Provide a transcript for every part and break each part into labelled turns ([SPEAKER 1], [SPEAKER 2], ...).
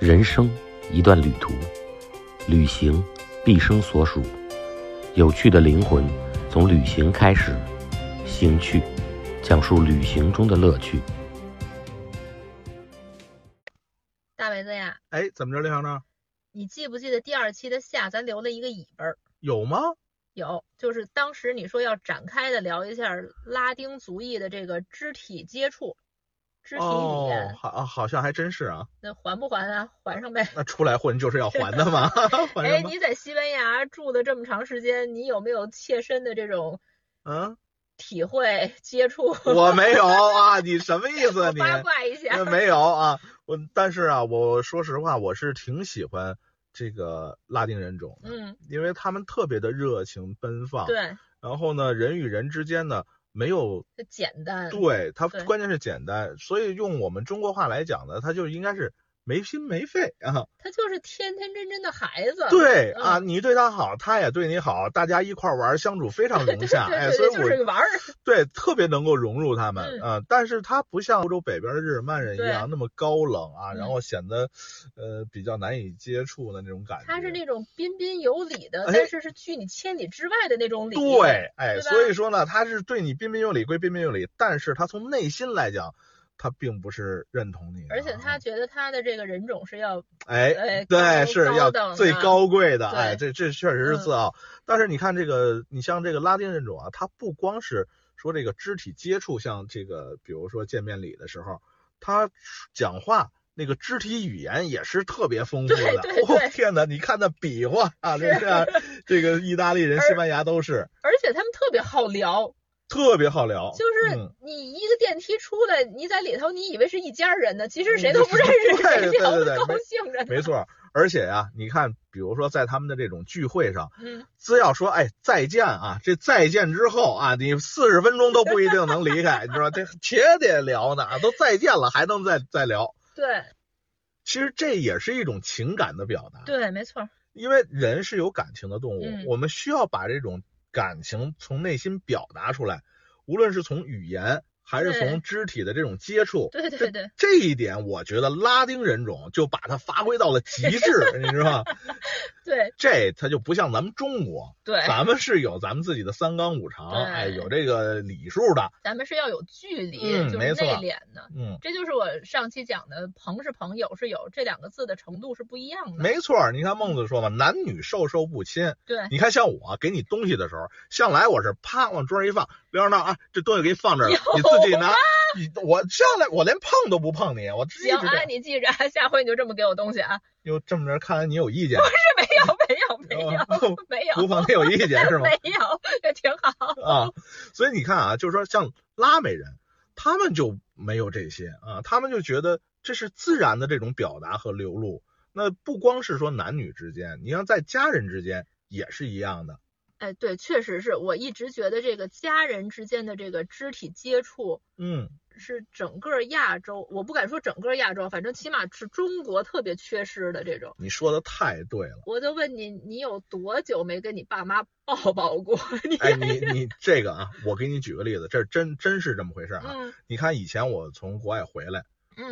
[SPEAKER 1] 人生一段旅途，旅行毕生所属。有趣的灵魂从旅行开始，兴趣讲述旅行中的乐趣。
[SPEAKER 2] 大伟子呀，
[SPEAKER 3] 哎，怎么着，刘强呢？
[SPEAKER 2] 你记不记得第二期的下咱留了一个尾巴儿？
[SPEAKER 3] 有吗？
[SPEAKER 2] 有，就是当时你说要展开的聊一下拉丁族裔的这个肢体接触、肢体语
[SPEAKER 3] 哦
[SPEAKER 2] 言，，
[SPEAKER 3] 好，啊好像还真是啊。
[SPEAKER 2] 那还不还啊？还 上呗。
[SPEAKER 3] 那出来混就是要还的 嘛，还
[SPEAKER 2] 哎，
[SPEAKER 3] 什么？
[SPEAKER 2] 你在西班牙住的这么长时间，你有没有切身的这种
[SPEAKER 3] 嗯，
[SPEAKER 2] 体会接触？
[SPEAKER 3] 我没有啊，你什么意思啊
[SPEAKER 2] 我
[SPEAKER 3] 你？
[SPEAKER 2] 八卦一下
[SPEAKER 3] 那。没有啊，我但是啊，我说实话，我是挺喜欢这个拉丁人种的，
[SPEAKER 2] 嗯，
[SPEAKER 3] 因为他们特别的热情奔放，
[SPEAKER 2] 对，
[SPEAKER 3] 然后呢，人与人之间呢没有
[SPEAKER 2] 就简单。
[SPEAKER 3] 对他
[SPEAKER 2] 对
[SPEAKER 3] 关键是简单，所以用我们中国话来讲呢，他就应该是没心没肺啊。
[SPEAKER 2] 他就是天天真真的孩 子。
[SPEAKER 3] 对
[SPEAKER 2] 嗯
[SPEAKER 3] 啊，，你对他好，他也对你好，大家一块儿玩儿，相处非常融 洽。
[SPEAKER 2] 对
[SPEAKER 3] 哎，
[SPEAKER 2] 对
[SPEAKER 3] 所以
[SPEAKER 2] 对，就
[SPEAKER 3] 我
[SPEAKER 2] 是玩儿。
[SPEAKER 3] 对特别能够融入他们
[SPEAKER 2] 嗯
[SPEAKER 3] 啊、呃但是他不像欧洲北边的日耳曼人一样那么高冷啊，
[SPEAKER 2] 嗯
[SPEAKER 3] 然后显得呃比较难以接触的那种感觉。
[SPEAKER 2] 他是那种彬彬有礼的，
[SPEAKER 3] 哎
[SPEAKER 2] 但是是拒你千里之外的那种礼。
[SPEAKER 3] 对，哎，
[SPEAKER 2] 对吧
[SPEAKER 3] 所以说呢，他是对你彬彬有礼归彬彬有礼，但是他从内心来讲，他并不是认同你的啊。
[SPEAKER 2] 而且他觉得他的这个人种是要
[SPEAKER 3] 哎
[SPEAKER 2] 哎，
[SPEAKER 3] 对，
[SPEAKER 2] 高
[SPEAKER 3] 是
[SPEAKER 2] 高
[SPEAKER 3] 要
[SPEAKER 2] 等
[SPEAKER 3] 最
[SPEAKER 2] 的
[SPEAKER 3] 高贵的，哎，
[SPEAKER 2] 对嗯
[SPEAKER 3] 这这确实是自傲。但是你看这个，你像这个拉丁人种啊，他不光是说这个肢体接触，像这个比如说见面礼的时候，他讲话那个肢体语言也是特别丰富
[SPEAKER 2] 对
[SPEAKER 3] 的。
[SPEAKER 2] 对
[SPEAKER 3] 哦
[SPEAKER 2] 对
[SPEAKER 3] 天哪，你看那比划啊，这
[SPEAKER 2] 是
[SPEAKER 3] 样，这个意大利人、
[SPEAKER 2] 而
[SPEAKER 3] 西班牙都是
[SPEAKER 2] 而且他们特别好聊，
[SPEAKER 3] 特别好聊，
[SPEAKER 2] 就是
[SPEAKER 3] 嗯
[SPEAKER 2] 你一个电梯出来，你在里头，你以为是一家人呢，其实谁都不认识
[SPEAKER 3] 嗯对对
[SPEAKER 2] 谁，聊
[SPEAKER 3] 对对
[SPEAKER 2] 的
[SPEAKER 3] 对
[SPEAKER 2] 高
[SPEAKER 3] 没
[SPEAKER 2] 兴着呢。
[SPEAKER 3] 没，错。而且啊，你看，比如说在他们的这种聚会上。
[SPEAKER 2] 嗯，
[SPEAKER 3] 只要说哎再见啊，这再见之后啊，你四十分钟都不一定能离开，你知道吧？这且得聊呢，啊都再见了还能再再聊。
[SPEAKER 2] 对
[SPEAKER 3] 其实这也是一种情感的表达，，
[SPEAKER 2] 对，没错，
[SPEAKER 3] 因为人是有感情的动物，
[SPEAKER 2] 嗯
[SPEAKER 3] 我们需要把这种感情从内心表达出来，无论是从语言还是
[SPEAKER 2] 对
[SPEAKER 3] 从肢体的这种接触，
[SPEAKER 2] 对对对，
[SPEAKER 3] 这一点我觉得拉丁人种就把它发挥到了极 致，你知道吧？
[SPEAKER 2] 对
[SPEAKER 3] 这它就不像咱们中国，
[SPEAKER 2] 对，
[SPEAKER 3] 咱们是有咱们自己的三纲五常，
[SPEAKER 2] 哎对
[SPEAKER 3] 哎，有这个礼数的，
[SPEAKER 2] 咱们是要有距离，
[SPEAKER 3] 嗯
[SPEAKER 2] 就是
[SPEAKER 3] 没
[SPEAKER 2] 内
[SPEAKER 3] 错
[SPEAKER 2] 敛的。
[SPEAKER 3] 嗯，
[SPEAKER 2] 这就是我上期讲的“朋是朋，友是友”这两个字的程度是不一样的。
[SPEAKER 3] 没错儿。你看孟子说嘛，男女授受不亲。
[SPEAKER 2] 对，
[SPEAKER 3] 你看像我给你东西的时候，向来我是啪往桌上一放，刘老大啊，这东西给你放这儿了，你自己拿。你我向来我连碰都不碰你，我直接
[SPEAKER 2] 行
[SPEAKER 3] 就这
[SPEAKER 2] 啊，
[SPEAKER 3] 样。
[SPEAKER 2] 你记着啊，下回你就这么给我东西啊。
[SPEAKER 3] 哟，这么着，看来你有意见，
[SPEAKER 2] 没有没有没有
[SPEAKER 3] 哦
[SPEAKER 2] 没有
[SPEAKER 3] 厨房得有意见是吗？
[SPEAKER 2] 没有，也挺好。
[SPEAKER 3] 啊，所以你看啊，就是说像拉美人，他们就没有这些啊，他们就觉得这是自然的这种表达和流露。那不光是说男女之间，你像在家人之间也是一样的。
[SPEAKER 2] 哎，对，确实是我一直觉得这个家人之间的这个肢体接触
[SPEAKER 3] 嗯，
[SPEAKER 2] 是整个亚洲，我不敢说整个亚洲，反正起码是中国特别缺失的这种。
[SPEAKER 3] 你说的太对了。
[SPEAKER 2] 我就问你，你有多久没跟你爸妈抱抱过？ 你
[SPEAKER 3] 哎，你你这个啊，我给你举个例子，这真真是这么回事啊。
[SPEAKER 2] 嗯
[SPEAKER 3] 你看以前我从国外回来，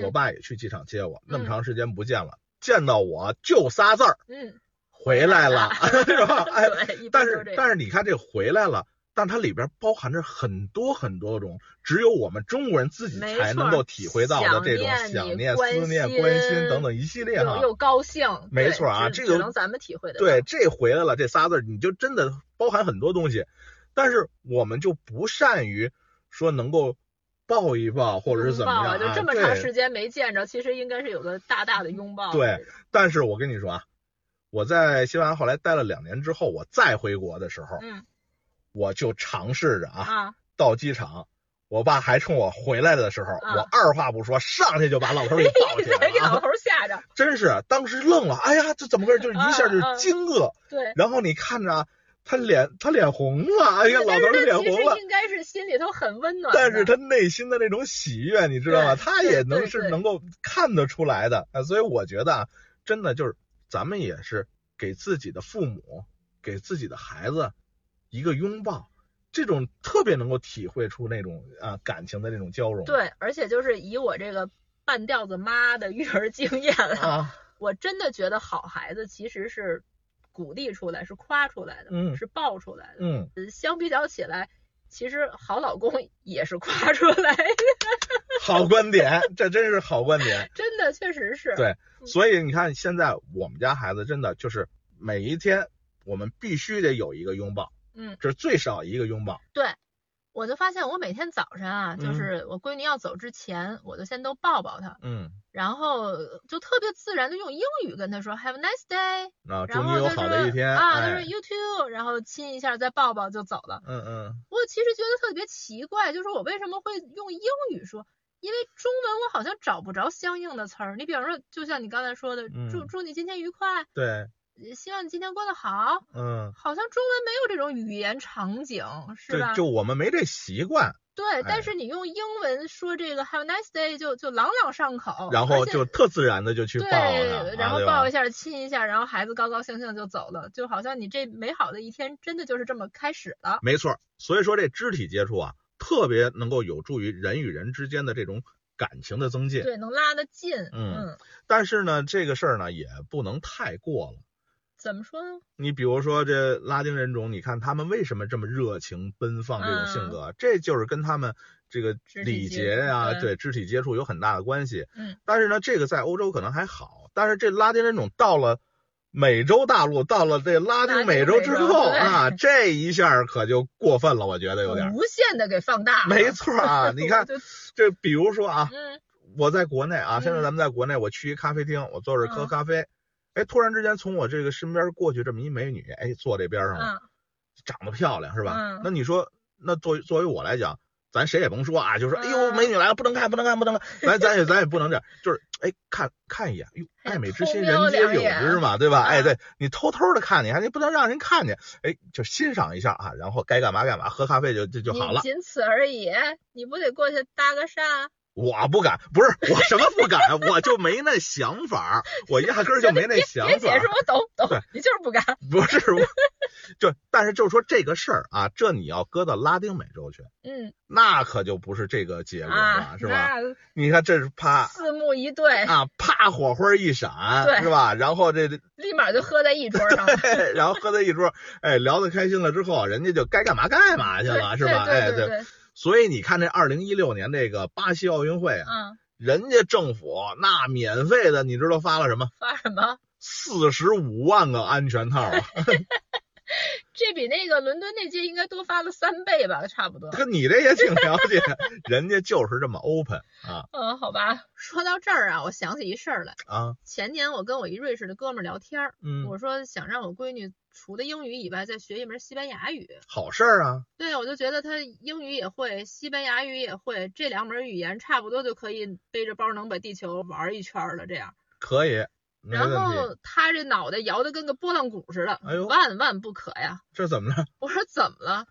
[SPEAKER 3] 我
[SPEAKER 2] 嗯
[SPEAKER 3] 爸也去机场接我，那么
[SPEAKER 2] 嗯
[SPEAKER 3] 长时间不见了，见到我就仨字儿，
[SPEAKER 2] 嗯，
[SPEAKER 3] 回来 了， 是吧？哎，
[SPEAKER 2] 对，一般
[SPEAKER 3] 但
[SPEAKER 2] 都
[SPEAKER 3] 是
[SPEAKER 2] 这样。
[SPEAKER 3] 但是你看这回来了，但它里边包含着很多很多种，只有我们中国人自己
[SPEAKER 2] 没
[SPEAKER 3] 才
[SPEAKER 2] 错
[SPEAKER 3] 能够体会到的这种
[SPEAKER 2] 想念
[SPEAKER 3] 想
[SPEAKER 2] 你
[SPEAKER 3] 念、
[SPEAKER 2] 关
[SPEAKER 3] 思念、
[SPEAKER 2] 心
[SPEAKER 3] 关心等等一系列哈
[SPEAKER 2] 又。又高兴，
[SPEAKER 3] 啊没
[SPEAKER 2] 对
[SPEAKER 3] 错啊
[SPEAKER 2] 只
[SPEAKER 3] 这个
[SPEAKER 2] 只能咱们体会的。
[SPEAKER 3] 对，，这回来了这仨字儿，你就真的包含很多东西，但是我们就不善于说能够抱一抱或者是怎么样、啊、
[SPEAKER 2] 就这么长
[SPEAKER 3] 对
[SPEAKER 2] 时间没见着，其实应该是有个大大的拥抱。
[SPEAKER 3] 对，但是我跟你说啊，我在西班牙后来待了两年之后，我再回国的时候，
[SPEAKER 2] 嗯
[SPEAKER 3] 我就尝试着啊，
[SPEAKER 2] 啊，
[SPEAKER 3] 到机场，我爸还冲我回来的时候，
[SPEAKER 2] 啊哎
[SPEAKER 3] 我二话不说上去就把老头给 抱起来
[SPEAKER 2] 给老
[SPEAKER 3] 了、啊，
[SPEAKER 2] 头吓着。
[SPEAKER 3] 真是当时愣了，哎呀，这怎么回事？就是一下就
[SPEAKER 2] 啊
[SPEAKER 3] 是
[SPEAKER 2] 啊
[SPEAKER 3] 惊愕，
[SPEAKER 2] 对，
[SPEAKER 3] 然后你看着啊，他脸他脸红了， 哎呀，老
[SPEAKER 2] 但
[SPEAKER 3] 头
[SPEAKER 2] 是
[SPEAKER 3] 儿脸
[SPEAKER 2] 他其
[SPEAKER 3] 红了
[SPEAKER 2] 实。应该是心里头很温暖的。
[SPEAKER 3] 但是他内心的那种喜悦，你知道吗？
[SPEAKER 2] 对
[SPEAKER 3] 他也
[SPEAKER 2] 对
[SPEAKER 3] 能
[SPEAKER 2] 对
[SPEAKER 3] 是
[SPEAKER 2] 对
[SPEAKER 3] 能够看得出来的啊，所以我觉得啊，真的就是咱们也是给自己的父母、给自己的孩子一个拥抱，这种特别能够体会出那种啊感情的那种交融。
[SPEAKER 2] 对，而且就是以我这个半吊子妈的育儿经验啊，
[SPEAKER 3] 啊，
[SPEAKER 2] 我真的觉得好孩子其实是鼓励出来，是夸出来的，
[SPEAKER 3] 嗯
[SPEAKER 2] 是抱出来的。
[SPEAKER 3] 嗯，
[SPEAKER 2] 呃相比较起来，其实好老公也是夸出来，
[SPEAKER 3] 好观点，这真是好观 点。
[SPEAKER 2] 真的确实是。
[SPEAKER 3] 对所以你看，现在我们家孩子真的就是每一天，我们必须得有一个拥抱，
[SPEAKER 2] 嗯，
[SPEAKER 3] 这是最少一个拥抱。
[SPEAKER 2] 对，我就发现我每天早晨啊，就
[SPEAKER 3] 嗯
[SPEAKER 2] 是我闺女要走之前，我就先都抱抱她，
[SPEAKER 3] 嗯，
[SPEAKER 2] 然后就特别自然的用英语跟她说 Have a nice day，
[SPEAKER 3] 啊，祝
[SPEAKER 2] 然
[SPEAKER 3] 你
[SPEAKER 2] 后
[SPEAKER 3] 有
[SPEAKER 2] 她说
[SPEAKER 3] 好的一天。
[SPEAKER 2] 啊，她
[SPEAKER 3] 哎
[SPEAKER 2] 说 You too，然后亲一下再抱抱就走了。
[SPEAKER 3] 嗯嗯
[SPEAKER 2] 我其实觉得特别奇怪，就是我为什么会用英语说？因为中文我好像找不着相应的词儿。你比方说，就像你刚才说的，祝
[SPEAKER 3] 嗯
[SPEAKER 2] 祝你今天愉快，
[SPEAKER 3] 对，
[SPEAKER 2] 呃希望你今天过得好，
[SPEAKER 3] 嗯，
[SPEAKER 2] 好像中文没有这种语言场景，是吧
[SPEAKER 3] 对，？就我们没这习惯，
[SPEAKER 2] 对，
[SPEAKER 3] 哎
[SPEAKER 2] 但是你用英文说这个 “Have a nice day” 就就朗朗上口，
[SPEAKER 3] 然后
[SPEAKER 2] 哦而且
[SPEAKER 3] 就特自然的就去抱了，啊
[SPEAKER 2] 对，然后抱一
[SPEAKER 3] 下，
[SPEAKER 2] 下、亲一下，然后孩子高高兴兴就走了，就好像你这美好的一天真的就是这么开始了。
[SPEAKER 3] 没错。所以说这肢体接触啊，特别能够有助于人与人之间的这种感情的增进。
[SPEAKER 2] 对，能拉得近。
[SPEAKER 3] 嗯但是呢，这个事儿呢也不能太过了。
[SPEAKER 2] 怎么说呢？
[SPEAKER 3] 你比如说这拉丁人种，你看他们为什么这么热情奔放这种性
[SPEAKER 2] 嗯
[SPEAKER 3] 格，这就是跟他们这个
[SPEAKER 2] 肢体
[SPEAKER 3] 礼
[SPEAKER 2] 接
[SPEAKER 3] 节
[SPEAKER 2] 触
[SPEAKER 3] 呀、
[SPEAKER 2] 对
[SPEAKER 3] 对肢体接触有很大的关系。
[SPEAKER 2] 嗯，
[SPEAKER 3] 但是呢，这个在欧洲可能还好，但是这拉丁人种到了美洲大陆，到了这拉
[SPEAKER 2] 拉
[SPEAKER 3] 丁
[SPEAKER 2] 丁
[SPEAKER 3] 美洲
[SPEAKER 2] 美
[SPEAKER 3] 之
[SPEAKER 2] 洲
[SPEAKER 3] 后
[SPEAKER 2] 对
[SPEAKER 3] 啊，这一下可就过分了，我觉得有点儿。
[SPEAKER 2] 无限的给放大了。
[SPEAKER 3] 没错啊，你看
[SPEAKER 2] 我就
[SPEAKER 3] 这，比如说啊，
[SPEAKER 2] 嗯
[SPEAKER 3] 我在国内啊，现在
[SPEAKER 2] 嗯
[SPEAKER 3] 咱们在国内，我去一咖啡厅，我坐着喝
[SPEAKER 2] 嗯
[SPEAKER 3] 咖啡，哎，突然之间从我这个身边过去这么一美女，哎，坐这边上了，
[SPEAKER 2] 嗯，
[SPEAKER 3] 长得漂亮是吧
[SPEAKER 2] 嗯？
[SPEAKER 3] 那你说，那作为作为我来讲，咱谁也甭说啊，就说哎呦，
[SPEAKER 2] 嗯
[SPEAKER 3] 美女来了，不能看，不能看，不能看，咱咱也咱也不能这样，就是哎，看看一眼，哟，
[SPEAKER 2] 哎
[SPEAKER 3] 爱美之
[SPEAKER 2] 偷
[SPEAKER 3] 心，
[SPEAKER 2] 瞄
[SPEAKER 3] 人皆
[SPEAKER 2] 两
[SPEAKER 3] 有
[SPEAKER 2] 眼
[SPEAKER 3] 之嘛，对吧？哎，
[SPEAKER 2] 嗯
[SPEAKER 3] 对你偷偷的看，你还你不能让人看见，哎，就欣赏一下啊，然后该干嘛干嘛，喝咖啡就就就
[SPEAKER 2] 你
[SPEAKER 3] 好了。
[SPEAKER 2] 仅此而已，你不得过去搭个讪？啊
[SPEAKER 3] 我不敢，不是我什么不敢，我就没那想法儿，我压根儿就没那想
[SPEAKER 2] 别
[SPEAKER 3] 法
[SPEAKER 2] 解
[SPEAKER 3] 儿
[SPEAKER 2] 释，，我懂懂
[SPEAKER 3] 对，
[SPEAKER 2] 你就是不敢。
[SPEAKER 3] 不是我， 就但是就是说这个事儿啊，这你要搁到拉丁美洲去，
[SPEAKER 2] 嗯
[SPEAKER 3] 那可就不是这个结果了，
[SPEAKER 2] 啊，
[SPEAKER 3] 是吧？
[SPEAKER 2] 那
[SPEAKER 3] 你看这是啪
[SPEAKER 2] 四目一对，
[SPEAKER 3] 啊，啪火花一闪，
[SPEAKER 2] 对
[SPEAKER 3] 是吧？然后这
[SPEAKER 2] 立马就喝在一桌上了。
[SPEAKER 3] 这，然后喝在一桌，哎，聊得开心了之后，人家就该干嘛干嘛去
[SPEAKER 2] 对
[SPEAKER 3] 了，是吧？
[SPEAKER 2] 对
[SPEAKER 3] 哎，
[SPEAKER 2] 对
[SPEAKER 3] 对，，所以你看这二零一六年这个巴西奥运会啊，
[SPEAKER 2] 嗯，
[SPEAKER 3] 人家政府那免费的，你知道发了什么？
[SPEAKER 2] 发什么？
[SPEAKER 3] 四十五万个安全套 啊，
[SPEAKER 2] 这比那个伦敦那届应该多发了三倍吧，差不多。
[SPEAKER 3] 跟你这也挺了解，人家就是这么 open 啊
[SPEAKER 2] 嗯，好吧。说到这儿啊，我想起一事儿来。
[SPEAKER 3] 啊，
[SPEAKER 2] 前年我跟我一瑞士的哥们儿聊天儿，
[SPEAKER 3] 嗯，
[SPEAKER 2] 我说想让我闺女除了英语以外再学一门西班牙语。
[SPEAKER 3] 好事儿啊，
[SPEAKER 2] 对，我就觉得他英语也会，西班牙语也会，这两门语言差不多就可以背着包能把地球玩一圈儿了。这样，
[SPEAKER 3] 可以，没
[SPEAKER 2] 然
[SPEAKER 3] 问题。
[SPEAKER 2] 后他这脑袋摇得跟个拨浪鼓似的，
[SPEAKER 3] 哎呦
[SPEAKER 2] 万万不可呀！
[SPEAKER 3] 这怎么了？
[SPEAKER 2] 我说怎么了？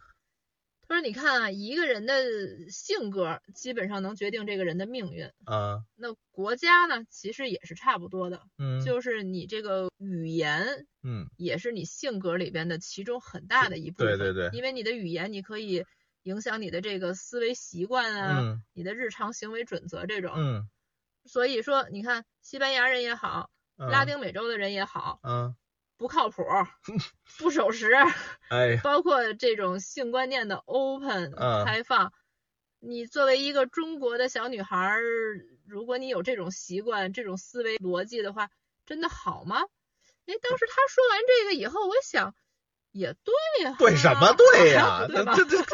[SPEAKER 2] 他说你看啊，一个人的性格基本上能决定这个人的命运。
[SPEAKER 3] 啊，
[SPEAKER 2] 那国家呢，其实也是差不多的，
[SPEAKER 3] 嗯，
[SPEAKER 2] 就是你这个语言
[SPEAKER 3] 嗯，
[SPEAKER 2] 也是你性格里边的其中很大的一部
[SPEAKER 3] 对
[SPEAKER 2] 分。
[SPEAKER 3] 对对
[SPEAKER 2] 因为你的语言，你可以影响你的这个思维习惯啊，
[SPEAKER 3] 嗯
[SPEAKER 2] 你的日常行为准则这种。
[SPEAKER 3] 嗯，
[SPEAKER 2] 所以说，你看西班牙人也好，
[SPEAKER 3] 嗯
[SPEAKER 2] 拉，丁美洲的人也好，
[SPEAKER 3] 嗯，
[SPEAKER 2] 不靠 谱，不守时，
[SPEAKER 3] 哎呀，
[SPEAKER 2] 包括这种性观念的 open
[SPEAKER 3] 嗯
[SPEAKER 2] 开放。你作为一个中国的小女孩儿，如果你有这种习惯、这种思维逻辑的话，真的好吗？哎，当时他说完这个以后，我想也 对呀、
[SPEAKER 3] 对什么对呀、
[SPEAKER 2] 对吧
[SPEAKER 3] 这？这这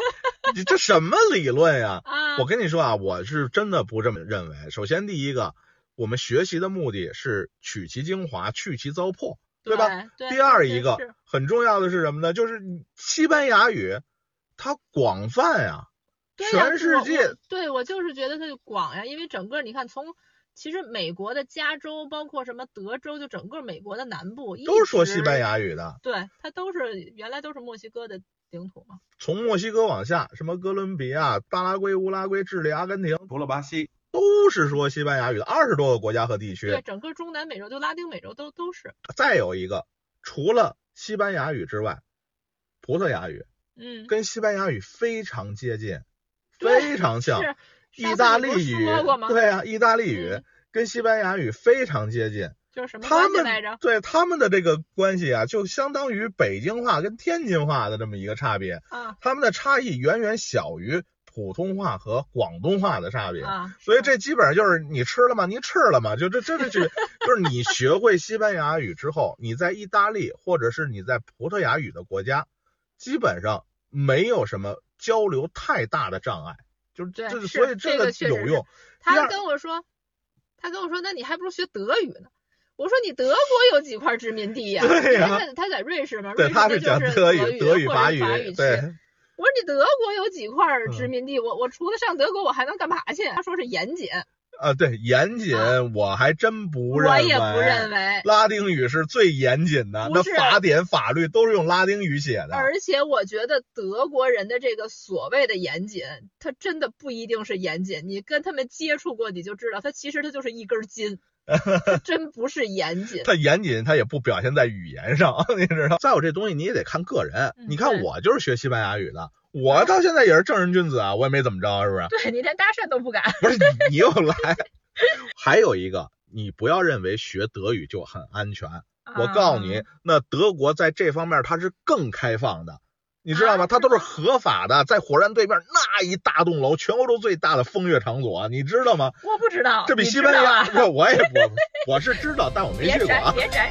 [SPEAKER 3] 你这什么理论呀、
[SPEAKER 2] 啊，
[SPEAKER 3] 我跟你说啊，我是真的不这么认为。首先，第一个，我们学习的目的是取其精华，去其糟粕，对吧？？
[SPEAKER 2] 对
[SPEAKER 3] 第二
[SPEAKER 2] 对
[SPEAKER 3] 一个
[SPEAKER 2] 是
[SPEAKER 3] 很重要的是什么呢？就是西班牙语它广泛呀、
[SPEAKER 2] 对呀
[SPEAKER 3] 全世界
[SPEAKER 2] 我我对我就是觉得它就广呀，因为整个你看从。其实美国的加州，包括什么德州，就整个美国的南部
[SPEAKER 3] 都是说西班
[SPEAKER 2] 牙。
[SPEAKER 3] 牙语的，
[SPEAKER 2] 对，它都是原来都是墨西哥的领土嘛。
[SPEAKER 3] 从墨西哥往下，什么哥伦比亚、巴拉圭、乌拉圭、智利、阿根廷，除了巴西，都是说西班牙语的，二十多个国家和地
[SPEAKER 2] 对，
[SPEAKER 3] 区。
[SPEAKER 2] 整个中南美洲就拉丁美洲都都是。
[SPEAKER 3] 再有一个，除了西班牙语之外，葡萄牙语
[SPEAKER 2] 嗯，
[SPEAKER 3] 跟西班牙语非常接近，
[SPEAKER 2] 对
[SPEAKER 3] 非常像。
[SPEAKER 2] 是。
[SPEAKER 3] 意大利
[SPEAKER 2] 上次你
[SPEAKER 3] 语
[SPEAKER 2] 不是说过吗？
[SPEAKER 3] 对啊，意大利语
[SPEAKER 2] 嗯
[SPEAKER 3] 跟西班牙语非常接近，
[SPEAKER 2] 就是什么
[SPEAKER 3] 他
[SPEAKER 2] 关系
[SPEAKER 3] 们
[SPEAKER 2] 来着？
[SPEAKER 3] 对他们的这个关系啊，就相当于北京话跟天津话的这么一个差别，
[SPEAKER 2] 啊
[SPEAKER 3] 他们的差异远远小于普通话和广东话的差别。
[SPEAKER 2] 啊，
[SPEAKER 3] 所以
[SPEAKER 2] 是
[SPEAKER 3] 这基本上就是你吃了吗？你吃了吗？就这这这这，就是 你学会西班牙语之后，你在意大利或者是你在葡萄牙语的国家，基本上没有什么交流太大的障碍。就是
[SPEAKER 2] 对
[SPEAKER 3] 这，
[SPEAKER 2] 是
[SPEAKER 3] 所以
[SPEAKER 2] 这
[SPEAKER 3] 个
[SPEAKER 2] 个确
[SPEAKER 3] 有
[SPEAKER 2] 实
[SPEAKER 3] 用。第
[SPEAKER 2] 他
[SPEAKER 3] 二
[SPEAKER 2] 跟我说，他跟我说，那你还不如学德语呢。我说你德国有几块殖民地呀、
[SPEAKER 3] 对呀
[SPEAKER 2] 他在他在瑞士嘛，
[SPEAKER 3] 对，
[SPEAKER 2] 瑞士
[SPEAKER 3] 他
[SPEAKER 2] 那
[SPEAKER 3] 是
[SPEAKER 2] 就
[SPEAKER 3] 讲
[SPEAKER 2] 是
[SPEAKER 3] 德
[SPEAKER 2] 语、
[SPEAKER 3] 德
[SPEAKER 2] 语或者
[SPEAKER 3] 法
[SPEAKER 2] 是
[SPEAKER 3] 语
[SPEAKER 2] 法语，区。
[SPEAKER 3] 对，
[SPEAKER 2] 我说你德国有几块儿殖
[SPEAKER 3] 嗯
[SPEAKER 2] 民地？我我除了上德国，我还能干嘛去？他说是严谨，
[SPEAKER 3] 啊，对，严谨，
[SPEAKER 2] 啊
[SPEAKER 3] 我还真不认为。
[SPEAKER 2] 我也不认为。
[SPEAKER 3] 拉丁语是最严谨的，
[SPEAKER 2] 不
[SPEAKER 3] 那
[SPEAKER 2] 是
[SPEAKER 3] 法典、法律都是用拉丁语写的。
[SPEAKER 2] 而且我觉得德国人的这个所谓的严谨，他真的不一定是严谨。你跟他们接触过，你就知道，他其实他就是一根 筋，他真不是严谨。
[SPEAKER 3] 它严谨，它也不表现在语言上， 你知道。再有这东西你也得看个人，
[SPEAKER 2] 嗯
[SPEAKER 3] 你看
[SPEAKER 2] 对
[SPEAKER 3] 我就是学西班牙语的，我到现在也是正人君子啊，我也没怎么着，是不是？
[SPEAKER 2] 对你连搭讪都不敢。
[SPEAKER 3] 不是你你又来， 还有一个，你不要认为学德语就很安全。我告诉你
[SPEAKER 2] 啊，，
[SPEAKER 3] 那德国在这方面它是更开放的，你知道吗？
[SPEAKER 2] 啊
[SPEAKER 3] 它
[SPEAKER 2] 是
[SPEAKER 3] 都是
[SPEAKER 2] 吗
[SPEAKER 3] 合法的，在火山对面那一大栋楼，全欧洲最大的风月场所，你知道吗？
[SPEAKER 2] 我不知道，
[SPEAKER 3] 这比
[SPEAKER 2] 你
[SPEAKER 3] 西
[SPEAKER 2] 知
[SPEAKER 3] 班
[SPEAKER 2] 道
[SPEAKER 3] 牙，
[SPEAKER 2] 啊
[SPEAKER 3] 不是我也不，我是知道，但我没
[SPEAKER 2] 别
[SPEAKER 3] 去过
[SPEAKER 2] 宅
[SPEAKER 3] 啊。
[SPEAKER 2] 别宅，